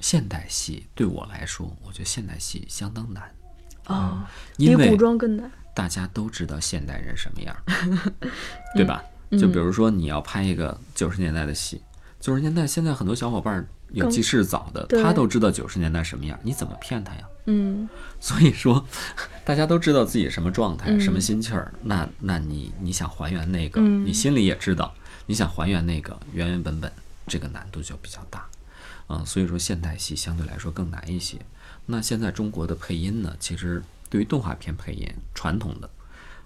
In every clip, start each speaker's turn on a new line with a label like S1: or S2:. S1: 现代戏对我来说，我觉得现代戏相当难，
S2: 哦，比
S1: 因为
S2: 古装更难。
S1: 大家都知道现代人什么样儿， 对吧？
S2: 嗯
S1: 就比如说你要拍一个九十年代的戏，九十年代现在很多小伙伴儿有
S2: 更
S1: 记事早的，
S2: 对
S1: 他都知道九十年代什么样儿，你怎么骗他呀？
S2: 嗯
S1: 所以说， 大家都知道自己什么状
S2: 嗯
S1: 态、什么心气儿，那那你你想还原那个，你心里也知道，你想还原那个原原本本，这个难度就比较大。嗯，所以说现代戏相对来说更难一些。那现在中国的配音呢，其实对于动画片配音，传统的，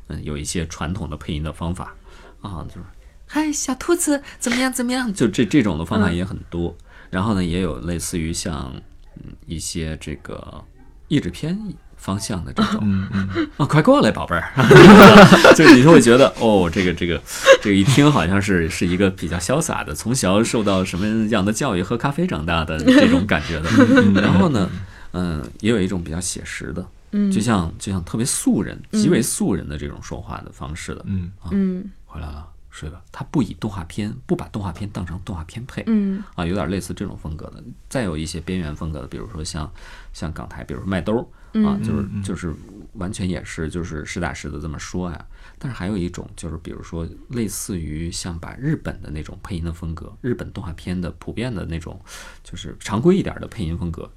S1: 嗯，有一些传统的配音的方法啊，就是嗨，小兔子怎么样怎么样，就这这种的方法也很多。然后呢，也有类似于像嗯一些这个译制片方向的这种，嗯嗯， 啊，快过来，宝贝儿， 就你就会觉得哦，这个这个这个一听好像是是一个比较潇洒的，从小受到什么样的教育，喝咖啡长大的这种感觉的。然后呢，嗯，也有一种比较写实的，
S2: 嗯
S1: 就像就像特别素人、极为素人的这种说话的方式的。
S3: 嗯
S2: 嗯
S1: 回来了，睡吧。他不以动画片，不把动画片当成动画片配，
S2: 嗯
S1: 啊，有点类似这种风格的。再有一些边缘风格的，比如说像像港台，比如说麦兜儿啊，
S2: 嗯
S1: 就是就是完全也是就是实打实的这么说呀。但是还有一种就是，比如说类似于像把日本的那种配音的风格，日本动画片的普遍的那种，就是常规一点的配音风格。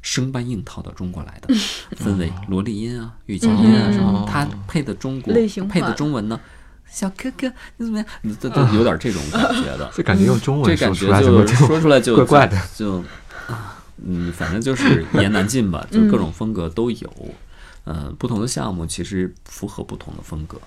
S1: 生搬硬套到中国来 的，分为萝莉音啊、御姐音啊什么，它配的中国
S2: 嗯类型
S1: 配
S2: 化
S1: 的
S2: 的
S1: 中文呢，小哥哥你怎么样？你这这有点这种感觉的，嗯
S3: 这感觉用中
S1: 这
S3: 文
S1: 感
S3: 说
S1: 觉
S3: 出来怎么
S1: 就说出来就
S3: 怪怪的
S1: 就就嗯，反正就是一言难尽呃吧，就是各种风格都有。嗯、不同的项目其实符合不同的风格。